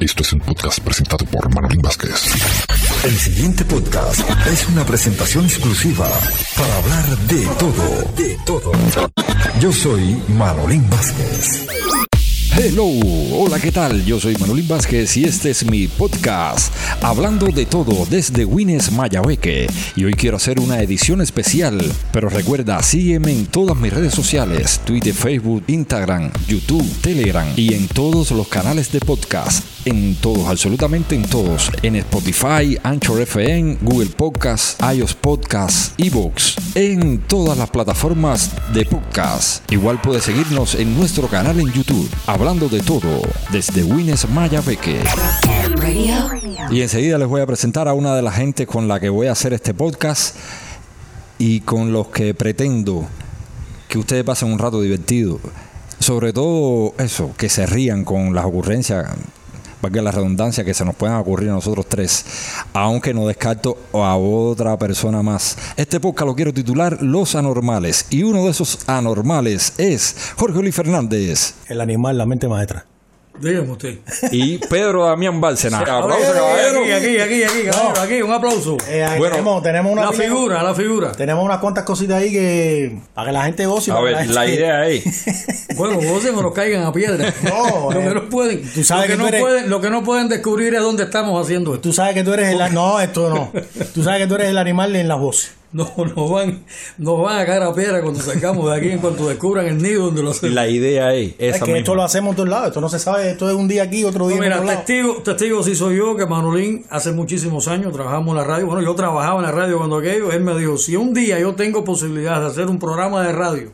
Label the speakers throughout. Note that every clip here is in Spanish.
Speaker 1: Esto es un podcast presentado por Manolín Vázquez.
Speaker 2: El siguiente podcast es una presentación exclusiva para hablar de todo, de todo. Yo soy Manolín Vázquez.
Speaker 3: Hello, hola, ¿qué tal? Yo soy Manolín Vázquez y este es mi podcast Hablando de todo desde Wines Mayabeque. Y hoy quiero hacer una edición especial, pero recuerda, sígueme en todas mis redes sociales, Twitter, Facebook, Instagram, YouTube, Telegram y en todos los canales de podcast. En todos, absolutamente en todos. En Spotify, Anchor FM, Google Podcast, iOS Podcast, Evox, en todas las plataformas de podcast. Igual puedes seguirnos en nuestro canal en YouTube hablando de todo desde Wines Mayabeque. Y enseguida les voy a presentar a una de las gentes con la que voy a hacer este podcast y con los que pretendo que ustedes pasen un rato divertido. Sobre todo eso, que se rían con las ocurrencias, valga la redundancia, que se nos puedan ocurrir a nosotros tres, aunque no descarto a otra persona más. Este podcast lo quiero titular Los Anormales y uno de esos anormales es Jorge Luis Fernández.
Speaker 4: El animal, la mente maestra.
Speaker 5: Dígame usted.
Speaker 3: y Pedro Damián Bárcena.
Speaker 5: Aplauso, caballero. Aquí, aquí, aquí, aquí, caballero, aquí, un aplauso.
Speaker 3: Bueno,
Speaker 4: Eh, tenemos, tenemos una
Speaker 5: La
Speaker 4: pila-
Speaker 5: figura, la figura.
Speaker 4: Tenemos unas cuantas cositas ahí que. Para que la gente goce. y
Speaker 3: A
Speaker 4: para que
Speaker 3: ver,
Speaker 4: gente-
Speaker 3: la idea es
Speaker 5: Bueno, gocen o nos caigan a piedra.
Speaker 4: No,
Speaker 5: lo
Speaker 4: eh,
Speaker 5: que no pueden,
Speaker 4: tú sabes que
Speaker 5: lo que,
Speaker 4: tú
Speaker 5: no
Speaker 4: eres-
Speaker 5: pueden, lo que no pueden descubrir es dónde estamos haciendo esto.
Speaker 4: Tú sabes que tú eres el. No, esto no. Tú sabes que tú eres el animal en las voces.
Speaker 5: No, nos van, nos van a caer a piedra cuando salgamos de aquí en cuanto descubran el nido donde lo hacemos.
Speaker 3: la idea es
Speaker 4: Es
Speaker 3: esa
Speaker 4: que esto
Speaker 3: misma.
Speaker 4: lo hacemos en todos lados. Esto no se sabe. Esto es un día aquí, otro día
Speaker 5: No,
Speaker 4: en
Speaker 5: mira,
Speaker 4: otro lado.
Speaker 5: testigo, testigo sí soy yo, que Manolín hace muchísimos años trabajamos en la radio. Bueno, yo trabajaba en la radio cuando aquello. Él me dijo, si un día yo tengo posibilidad de hacer un programa de radio,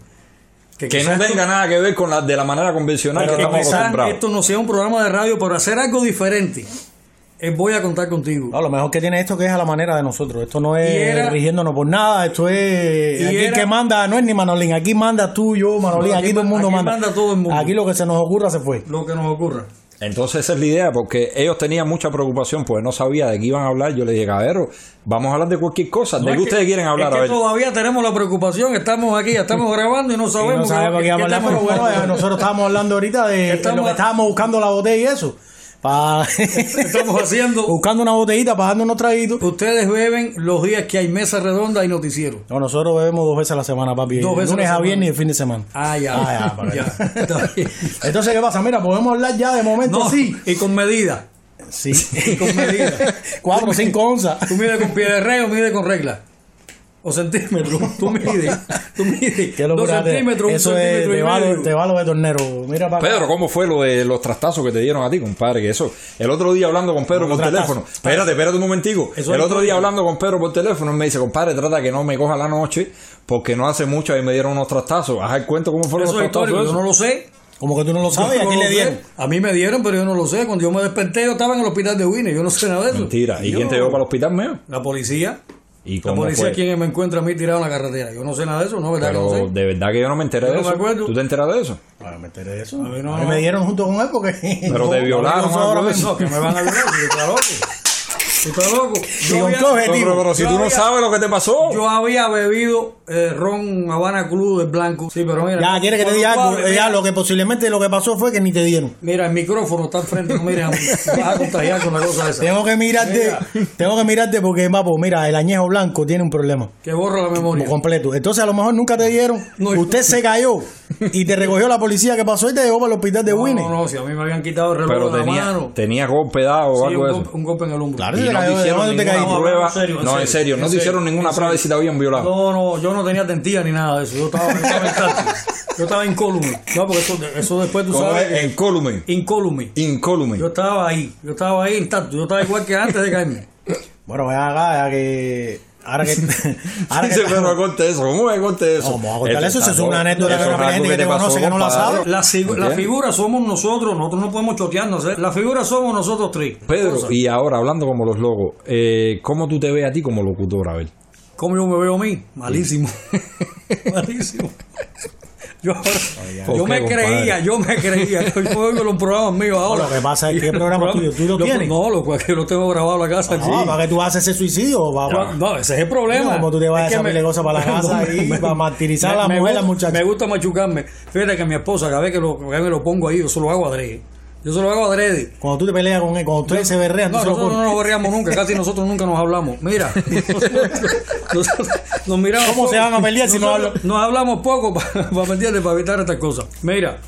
Speaker 3: que
Speaker 5: quizás
Speaker 3: no
Speaker 5: esto-
Speaker 3: tenga nada que ver con la de la manera convencional
Speaker 5: Pero
Speaker 3: que
Speaker 5: que
Speaker 3: estamos
Speaker 5: quizás
Speaker 3: acostumbrados.
Speaker 5: esto no sea un programa de radio, pero hacer algo diferente, eh, voy a contar contigo.
Speaker 4: No, lo mejor que tiene esto que es a la manera de nosotros. Esto no es
Speaker 5: Y era-
Speaker 4: rigiéndonos por nada. Esto es.
Speaker 5: Y
Speaker 4: Aquí el
Speaker 5: era-
Speaker 4: que manda no es ni Manolín. Aquí manda tú, yo, Manolín.
Speaker 5: No,
Speaker 4: aquí,
Speaker 5: aquí
Speaker 4: todo el
Speaker 5: ma-
Speaker 4: mundo
Speaker 5: aquí
Speaker 4: manda.
Speaker 5: manda todo el mundo.
Speaker 4: Aquí lo que se nos ocurra se fue.
Speaker 5: Lo que nos ocurra.
Speaker 3: Entonces esa es la idea, porque ellos tenían mucha preocupación, pues no sabía de qué iban a hablar. Yo les dije, cabrero, vamos a hablar de cualquier cosa,
Speaker 5: No,
Speaker 3: de
Speaker 5: es
Speaker 3: qué ustedes quieren hablar.
Speaker 5: Es que
Speaker 3: a ver.
Speaker 5: todavía tenemos la preocupación, estamos aquí, ya estamos grabando y no
Speaker 4: Y no
Speaker 5: sabemos.
Speaker 4: sabemos
Speaker 5: qué-
Speaker 4: qué íbamos a
Speaker 5: qué
Speaker 4: hablar, pero
Speaker 5: estamos
Speaker 4: bueno,
Speaker 5: hablando.
Speaker 4: eh, nosotros estábamos hablando ahorita de, de
Speaker 5: Estamos-
Speaker 4: lo que estábamos buscando la botella y eso. Pa-
Speaker 5: estamos haciendo.
Speaker 4: buscando una botellita, para darnos unos traguitos.
Speaker 5: Ustedes beben los días que hay mesa redonda y noticiero.
Speaker 4: No, nosotros bebemos dos veces a la semana, papi.
Speaker 5: Dos veces a la
Speaker 4: lunes a
Speaker 5: semana.
Speaker 4: viernes y el fin de semana.
Speaker 5: Ah, ya.
Speaker 4: Ah, ya, para
Speaker 5: ya. Está bien.
Speaker 4: Entonces, ¿qué pasa? Mira, podemos hablar ya de momento,
Speaker 5: No,
Speaker 4: sí.
Speaker 5: y con medida.
Speaker 4: Sí.
Speaker 5: con medida.
Speaker 4: Cuatro, cinco onzas.
Speaker 5: Tú mides con pie de rey o mides con regla. O centímetros. Tú mides. Tú mides.
Speaker 4: Qué
Speaker 5: dos
Speaker 4: locura. te-
Speaker 5: centímetros,
Speaker 4: Eso
Speaker 5: un
Speaker 4: es
Speaker 5: centímetro
Speaker 4: de
Speaker 5: y
Speaker 4: balo,
Speaker 5: medio.
Speaker 4: de balo de tornero. Mira, para
Speaker 3: Pedro, ¿cómo fue lo de los trastazos que te dieron a ti, compadre? Que eso, el otro día hablando con Pedro
Speaker 4: Los
Speaker 3: por
Speaker 4: trastazos.
Speaker 3: teléfono. Espérate, espérate un momentico.
Speaker 5: Eso
Speaker 3: el
Speaker 5: es
Speaker 3: otro día
Speaker 5: todo.
Speaker 3: hablando con Pedro por teléfono, él me dice, compadre, trata que no me coja la noche, porque no hace mucho ahí me dieron unos trastazos. Haz el cuento cómo fueron
Speaker 5: Eso
Speaker 3: los
Speaker 5: es histórico.
Speaker 3: trastazos.
Speaker 5: Yo
Speaker 3: esos.
Speaker 5: no lo sé.
Speaker 4: Como que tú no lo sabes,
Speaker 5: Yo no
Speaker 4: aquí
Speaker 5: lo
Speaker 4: le
Speaker 5: sé.
Speaker 4: dieron.
Speaker 5: A mí me dieron, pero yo no lo sé. Cuando yo me desperté, yo estaba en el hospital de Wiener. Yo no sé nada de eso.
Speaker 3: Mentira. ¿Y
Speaker 5: Yo-
Speaker 3: quién te llevó para el hospital mío?
Speaker 5: La policía.
Speaker 3: ¿Y
Speaker 5: La
Speaker 3: cómo
Speaker 5: policía
Speaker 3: fue?
Speaker 5: es quien me encuentra a mí tirado en la carretera. Yo no sé nada de eso, ¿no? ¿Verdad
Speaker 3: Pero
Speaker 5: que no sé?
Speaker 3: de verdad que yo no me enteré
Speaker 5: Yo
Speaker 3: de
Speaker 5: no me
Speaker 3: eso.
Speaker 5: acuerdo.
Speaker 3: ¿Tú te enteras de eso?
Speaker 4: Para meter eso.
Speaker 5: A mí no.
Speaker 4: A mí me dieron junto con él porque.
Speaker 3: Pero te violaron.
Speaker 4: Nosotros
Speaker 3: algo
Speaker 4: ahora
Speaker 3: de eso.
Speaker 5: No, que me van a violar. si está loco. Si está loco.
Speaker 4: ¿Y
Speaker 5: Yo
Speaker 4: con
Speaker 5: había-
Speaker 4: qué objetivo?
Speaker 3: Pero, pero si
Speaker 5: Yo
Speaker 3: tú no
Speaker 5: había-
Speaker 3: sabes lo que te pasó.
Speaker 5: Yo había bebido eh, ron Habana Club de blanco. Sí, pero mira.
Speaker 4: Ya, quiere que te
Speaker 5: cuando
Speaker 4: diga
Speaker 5: tú
Speaker 4: algo.
Speaker 5: abres,
Speaker 4: Eh, Ya,
Speaker 5: mira,
Speaker 4: lo que posiblemente lo que pasó fue que ni te dieron.
Speaker 5: Mira, el micrófono está enfrente. No mires a mí. Te Vas a contagiar con la cosa esa.
Speaker 4: Tengo que mirarte, tengo que mirarte porque, papo, mira, el añejo blanco tiene un problema
Speaker 5: Que borra la memoria.
Speaker 4: completo. Entonces, a lo mejor nunca te dieron.
Speaker 5: No, yo-
Speaker 4: Usted se cayó y te recogió la policía que pasó y te llevó para el hospital de
Speaker 5: No,
Speaker 4: Winnie.
Speaker 5: no, no, si a mí me habían quitado el reloj
Speaker 3: Pero
Speaker 5: de la
Speaker 3: tenía,
Speaker 5: mano.
Speaker 3: tenía golpe dado o
Speaker 5: Sí,
Speaker 3: algo
Speaker 5: un,
Speaker 3: de eso.
Speaker 5: golpe, un golpe en el hombro.
Speaker 4: Claro,
Speaker 3: Y
Speaker 4: te
Speaker 3: no te
Speaker 4: cayó,
Speaker 3: hicieron
Speaker 4: ¿dónde te
Speaker 3: ninguna
Speaker 4: caíste?
Speaker 3: prueba.
Speaker 5: No, en serio, en
Speaker 3: no, en
Speaker 5: serio,
Speaker 3: serio,
Speaker 5: en
Speaker 3: no te
Speaker 5: serio,
Speaker 3: hicieron ninguna
Speaker 5: en
Speaker 3: prueba de si te habían violado.
Speaker 5: No, no, yo no tenía tentía ni nada de eso. Yo estaba, yo estaba en táctil. Yo estaba incólume. No, porque eso, eso después tú
Speaker 3: ¿Cómo
Speaker 5: sabes.
Speaker 3: es?
Speaker 5: que-
Speaker 3: Incólume.
Speaker 5: Incólume.
Speaker 3: Incólume.
Speaker 5: Yo estaba ahí. Yo estaba ahí intacto. Yo estaba igual que antes de caerme.
Speaker 4: Bueno, ven acá, ya que. Ahora que. Ahora que
Speaker 3: Dice, pero conté eso. ¿Cómo me conté eso?
Speaker 4: No, vamos a contarle eso, eso es una anécdota
Speaker 3: eso es
Speaker 4: que la
Speaker 3: algo
Speaker 4: gente que
Speaker 3: te
Speaker 4: te
Speaker 3: pasó,
Speaker 4: conoce que no la
Speaker 3: compadre.
Speaker 4: sabe.
Speaker 5: La, sig- la
Speaker 3: ¿Entiendes?
Speaker 5: figura somos nosotros. Nosotros no podemos chotearnos. ¿eh? La figura somos nosotros tres.
Speaker 3: Pedro,
Speaker 5: Cosa.
Speaker 3: y ahora hablando como los locos, eh, ¿cómo tú te ves a ti como locutor? A ver.
Speaker 5: ¿Cómo yo me veo a mí? Malísimo. Malísimo. Yo, ahora-
Speaker 3: ¿Por
Speaker 5: yo
Speaker 3: qué,
Speaker 5: me
Speaker 3: compadre?
Speaker 5: creía, yo me creía. Yo oigo los programas míos ahora.
Speaker 4: lo que pasa es que el programa
Speaker 5: Los programas-
Speaker 4: tuyo, ¿tú lo tienes? Ah,
Speaker 5: No, lo cual que lo tengo grabado en la casa.
Speaker 4: No, ¿para que tú haces ese suicidio? Va-
Speaker 5: Yo-
Speaker 4: va-
Speaker 5: no, ese es el problema.
Speaker 4: Como tú te vas
Speaker 5: Es que
Speaker 4: a esa
Speaker 5: me-
Speaker 4: peligrosa para la casa
Speaker 5: Me-
Speaker 4: y
Speaker 5: me-
Speaker 4: para martirizar
Speaker 5: me-
Speaker 4: a la
Speaker 5: me
Speaker 4: mujer, la
Speaker 5: gusta-
Speaker 4: muchacha.
Speaker 5: Me gusta machucarme. Fíjate que mi esposa, cada vez que, lo, cada vez que me lo pongo ahí, yo se lo hago adrede. Yo se lo hago adrede.
Speaker 4: Cuando tú te peleas con él, cuando ustedes se berrean, tú
Speaker 5: No,
Speaker 4: se lo
Speaker 5: nosotros no
Speaker 4: pones.
Speaker 5: nos borreamos nunca, casi nosotros nunca nos hablamos. Mira, nosotros nos miramos.
Speaker 4: ¿Cómo se
Speaker 5: poco.
Speaker 4: van a pelear si no
Speaker 5: Nosotros Nos hablamos poco para para evitar estas cosas. Mira,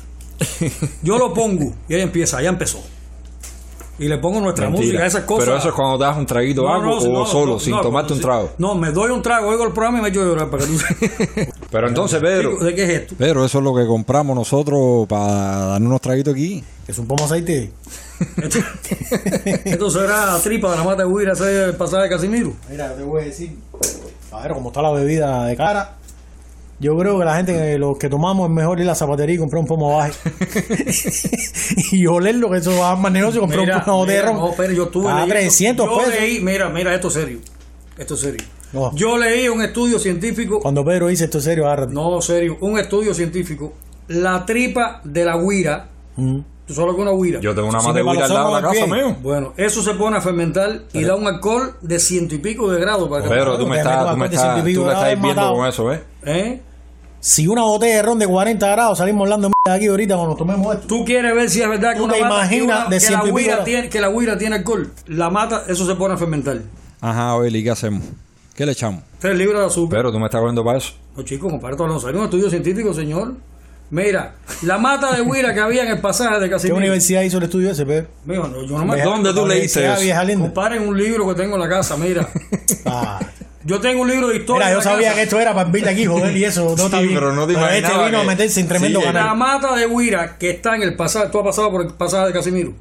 Speaker 5: yo lo pongo y ella empieza, ya empezó. Y le pongo nuestra música, esas cosas.
Speaker 6: Pero eso es cuando das un traguito
Speaker 5: No,
Speaker 6: algo
Speaker 5: no,
Speaker 6: o
Speaker 5: no,
Speaker 6: solo,
Speaker 5: no,
Speaker 6: sin
Speaker 5: no,
Speaker 6: tomarte un
Speaker 5: sí.
Speaker 6: trago.
Speaker 5: No, me doy un trago, oigo el programa y me echo a llorar para que tú sepas
Speaker 6: Pero entonces, Pedro,
Speaker 5: de qué es esto.
Speaker 3: Pero eso es lo que compramos nosotros para darnos unos traguitos aquí.
Speaker 4: Es un pomo aceite.
Speaker 5: Esto será tripa de la mata de Huira, ese el pasaje de Casimiro.
Speaker 4: Mira, yo te voy a decir. A ver, como está la bebida de cara. Yo creo que la gente, que- los que tomamos, es mejor ir a la zapatería y comprar un pomo baje. y oler lo que eso va a más negocio, comprar un pomo de ron.
Speaker 5: no, pero yo estuve
Speaker 4: a
Speaker 5: leyendo-
Speaker 4: 300
Speaker 5: yo
Speaker 4: pesos.
Speaker 5: leí- mira, mira, esto es serio. Esto es serio.
Speaker 4: No.
Speaker 5: Yo leí un estudio científico,
Speaker 4: Cuando Pedro dice esto es serio, agárrate.
Speaker 5: no serio, un estudio científico. La tripa de la Huira,
Speaker 4: Mm.
Speaker 5: tú sabes lo que es una Huira.
Speaker 6: yo tengo una
Speaker 4: Si
Speaker 6: mata de
Speaker 4: me
Speaker 6: guira al lado de la
Speaker 4: balazamos
Speaker 6: casa,
Speaker 4: al pie.
Speaker 6: mío.
Speaker 5: Bueno, eso se pone a fermentar y da un alcohol de ciento y pico de grado. Para que-
Speaker 6: Pero tú
Speaker 4: Claro, te
Speaker 6: me
Speaker 4: meto
Speaker 6: estás,
Speaker 4: a
Speaker 6: tú me
Speaker 4: cuenta y
Speaker 6: estás,
Speaker 4: si te
Speaker 6: tú
Speaker 4: digo,
Speaker 6: la
Speaker 4: la
Speaker 6: estás
Speaker 4: habéis
Speaker 6: hirviendo
Speaker 4: matado.
Speaker 6: con eso, ¿eh?
Speaker 5: ¿Eh?
Speaker 4: Si una botella de ron de 40 grados salimos hablando de aquí ahorita cuando nos tomemos esto.
Speaker 5: Tú quieres ver si es verdad que,
Speaker 4: Tú
Speaker 5: una
Speaker 4: te
Speaker 5: mata-
Speaker 4: imaginas
Speaker 5: que una-
Speaker 4: de
Speaker 5: que la
Speaker 4: ciento y pico
Speaker 5: huira
Speaker 4: grado.
Speaker 5: tiene, que la huira tiene alcohol. La mata, eso se pone a fermentar.
Speaker 3: Ajá, Abel, ¿y qué hacemos? ¿Qué le echamos?
Speaker 5: Tres libras de azúcar.
Speaker 6: Pero tú me estás cogiendo para eso.
Speaker 5: No, chicos, compadre, todos los años, un estudio científico, señor. Mira, la mata de huira que había en el pasaje de
Speaker 4: ¿Qué
Speaker 5: Casimiro.
Speaker 4: universidad hizo el estudio ese, Pedro?
Speaker 5: Mijo, no, yo no me
Speaker 6: ¿Dónde tú
Speaker 4: La
Speaker 6: leíste
Speaker 4: universidad
Speaker 6: eso?
Speaker 4: vieja linda.
Speaker 5: Compadre, en un libro que tengo en la casa, mira.
Speaker 4: Ah.
Speaker 5: Yo tengo un libro de historia.
Speaker 4: Mira, yo
Speaker 5: en la
Speaker 4: sabía
Speaker 5: casa.
Speaker 4: que esto era para aquí, joder, y eso. No está bien.
Speaker 6: pero no te
Speaker 4: este
Speaker 6: imaginaba
Speaker 4: vino a
Speaker 6: que-
Speaker 4: meterse en tremendo
Speaker 6: Sí,
Speaker 5: La
Speaker 4: canal.
Speaker 5: mata de huira que está en el pasaje, tú has pasado por el pasaje de Casimiro.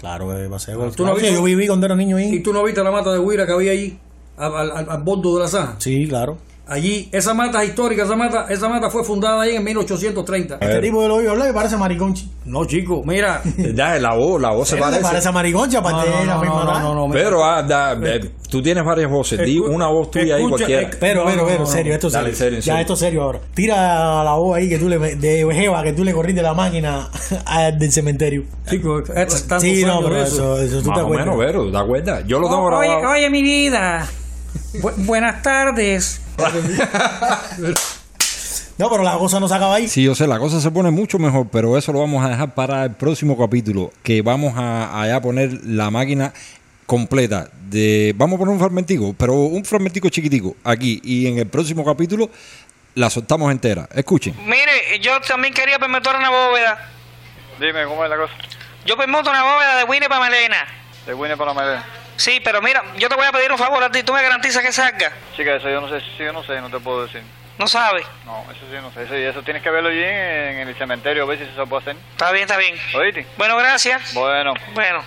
Speaker 4: Claro, que va a ser.
Speaker 5: ¿Tú no has visto?
Speaker 4: Yo viví cuando era niño
Speaker 5: Y
Speaker 4: ahí.
Speaker 5: tú no viste la mata de huira que había allí, al, al, al- al bordo de la zanja.
Speaker 4: Sí, claro.
Speaker 5: Allí, esa mata es histórica, esa mata, esa mata fue fundada ahí en 1830.
Speaker 4: Este tipo de lo oído hablar y parece mariconchi.
Speaker 5: No, chico, mira.
Speaker 6: Ya, la voz, la voz se
Speaker 4: Parece,
Speaker 6: parece.
Speaker 4: parece mariconchi, aparte de la misma edad.
Speaker 6: Pero ah, da, eh, tú tienes varias voces, di
Speaker 5: Escu-
Speaker 6: una voz tuya ahí
Speaker 5: escucha,
Speaker 6: cualquiera.
Speaker 5: escu-
Speaker 4: Pero,
Speaker 5: No,
Speaker 4: pero,
Speaker 5: no,
Speaker 4: pero,
Speaker 5: no,
Speaker 4: serio, esto es
Speaker 6: Dale,
Speaker 4: serio.
Speaker 6: serio, en
Speaker 4: Ya,
Speaker 6: serio.
Speaker 4: esto es serio ahora. Tira la voz ahí que tú le, de Jeva que tú le corriste la máquina al del cementerio.
Speaker 5: Chico, es tantos
Speaker 4: Sí, no,
Speaker 5: años
Speaker 4: pero
Speaker 5: de
Speaker 4: eso, eso tú
Speaker 6: Más
Speaker 4: te
Speaker 6: o menos,
Speaker 4: acuerdas.
Speaker 6: pero, ¿te acuerdas? Yo lo tengo
Speaker 7: Oye,
Speaker 6: grabado.
Speaker 7: oye, mi vida. Bu- buenas tardes.
Speaker 4: No, pero la cosa no se acaba ahí.
Speaker 3: Sí, yo sé, la cosa se pone mucho mejor, pero eso lo vamos a dejar para el próximo capítulo, que vamos a, a ya poner la máquina completa. De, vamos a poner un fragmentico, pero un fragmentico chiquitico aquí, y en el próximo capítulo la soltamos entera. Escuchen.
Speaker 7: Mire, yo también quería permitir una bóveda.
Speaker 8: Dime, ¿cómo es la cosa?
Speaker 7: Yo permito una bóveda de Winnie para Melena.
Speaker 8: De Winnie para Melena.
Speaker 7: Sí, pero mira, yo te voy a pedir un favor a ti. Tú me garantizas que salga.
Speaker 8: Chica, eso yo no sé, sí, yo no sé, no te puedo decir.
Speaker 7: No sabes.
Speaker 8: No, eso sí, no sé. Eso, eso tienes que verlo allí en, en el cementerio, a ver si eso se puede hacer.
Speaker 7: Está bien, está bien.
Speaker 8: ¿Oíste?
Speaker 7: Bueno, gracias.
Speaker 8: Bueno.
Speaker 7: Bueno.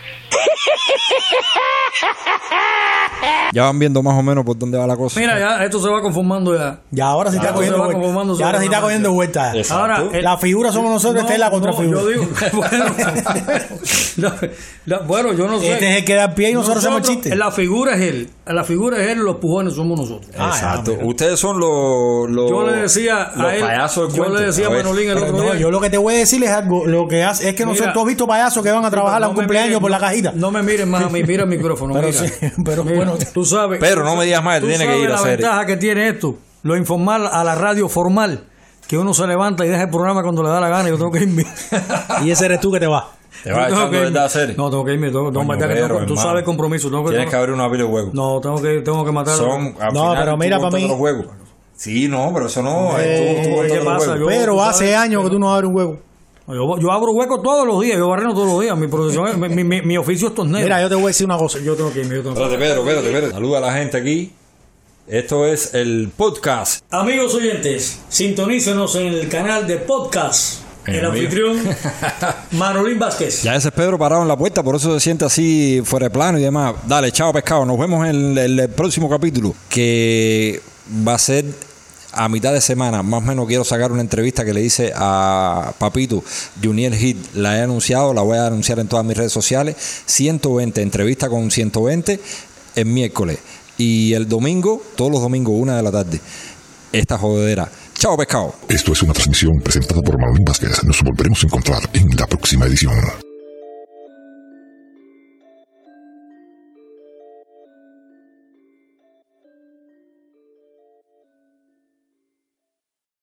Speaker 3: Ya van viendo más o menos por dónde va la cosa.
Speaker 5: Mira, ya esto se va conformando ya.
Speaker 4: Y ahora sí está
Speaker 5: Claro, se
Speaker 4: cogiendo
Speaker 5: va conformando
Speaker 4: vuelta. Y
Speaker 5: sobre
Speaker 4: ahora sí
Speaker 5: una
Speaker 4: está cogiendo vuelta.
Speaker 5: Ahora, eh,
Speaker 4: Ahora, la figura somos nosotros, esta es la contrafigura.
Speaker 5: yo digo, bueno, la- la- bueno, yo no sé.
Speaker 4: Este es el que da pie y nosotros somos el chiste.
Speaker 5: La figura es él, la figura es él, los pujones somos nosotros.
Speaker 4: Ah,
Speaker 6: Exacto. Ustedes son los. los-
Speaker 5: Yo le decía
Speaker 6: los
Speaker 5: a él,
Speaker 6: payasos del
Speaker 5: yo
Speaker 6: cuento.
Speaker 5: le decía a
Speaker 6: ver.
Speaker 5: Manolín el
Speaker 4: Pero
Speaker 5: otro
Speaker 4: no,
Speaker 5: día.
Speaker 4: yo lo que te voy a decir es algo, lo que hace es que no sé,
Speaker 5: Mira.
Speaker 4: tú has visto payasos que van a trabajar a un
Speaker 5: No me
Speaker 4: cumpleaños
Speaker 5: miren,
Speaker 4: por la
Speaker 5: no-
Speaker 4: cajita.
Speaker 5: No me miren más a mí, mira el micrófono.
Speaker 4: Pero
Speaker 5: mira.
Speaker 4: sí, pero
Speaker 5: Mira,
Speaker 4: bueno.
Speaker 5: tú sabes.
Speaker 6: Pero no me digas más,
Speaker 5: tú
Speaker 6: tiene que
Speaker 5: sabes
Speaker 6: ir a
Speaker 5: la
Speaker 6: hacer.
Speaker 5: ventaja que tiene esto, lo informal a la radio formal, que uno se levanta y deja el programa cuando le da la gana. Yo tengo que irme.
Speaker 4: Y ese eres tú que te vas.
Speaker 6: Te vas
Speaker 5: Yo tengo
Speaker 6: echando
Speaker 5: que irme.
Speaker 6: verdad a hacer.
Speaker 5: No, tengo que irme. Tengo, tengo
Speaker 6: Coño,
Speaker 5: verdad que
Speaker 6: Pedro,
Speaker 5: tengo- tú
Speaker 6: hermano.
Speaker 5: sabes el compromiso. Tengo que,
Speaker 6: Tienes que abrir una pila de huevos.
Speaker 5: no, tengo que, tengo que matar.
Speaker 6: Son, al
Speaker 4: No,
Speaker 6: final,
Speaker 4: pero
Speaker 6: tú
Speaker 4: mira, pa'
Speaker 6: cortas
Speaker 4: mí-
Speaker 6: los huevos. Sí, no, pero eso no.
Speaker 4: Eh,
Speaker 6: es tú, tú cortas
Speaker 5: ¿qué
Speaker 6: los
Speaker 5: pasa?
Speaker 6: huevos.
Speaker 5: Yo- tú
Speaker 4: Pero
Speaker 5: sabes
Speaker 4: hace años
Speaker 5: que
Speaker 4: que tú no abres un huevo.
Speaker 5: Yo, yo abro hueco todos los días, yo barreno todos los días. Mi profesión, es- mi, mi- mi- mi oficio es torneo.
Speaker 4: Mira, yo te voy a decir una cosa.
Speaker 5: yo tengo que irme. Yo tengo que irme.
Speaker 6: Espérate, Pedro, espérate, espérate. Saluda a la gente aquí. Esto es el podcast.
Speaker 5: Amigos oyentes, sintonícenos en el canal de podcast. El,
Speaker 6: El mío.
Speaker 5: anfitrión Manolín Vázquez.
Speaker 3: Ya ese es Pedro parado en la puerta, por eso se siente así fuera de plano y demás. Dale, chao pescado, nos vemos en el, el próximo capítulo, que va a ser a mitad de semana. Más o menos quiero sacar una entrevista que le hice a Papito, Junior Hit. La he anunciado, la voy a anunciar en todas mis redes sociales. 120, entrevista con 120 el miércoles. Y el domingo, todos los domingos, una de la tarde. Esta jodedera. Chao pescado.
Speaker 1: Esto es una transmisión presentada por Manolín Vázquez. Nos volveremos a encontrar en la próxima edición.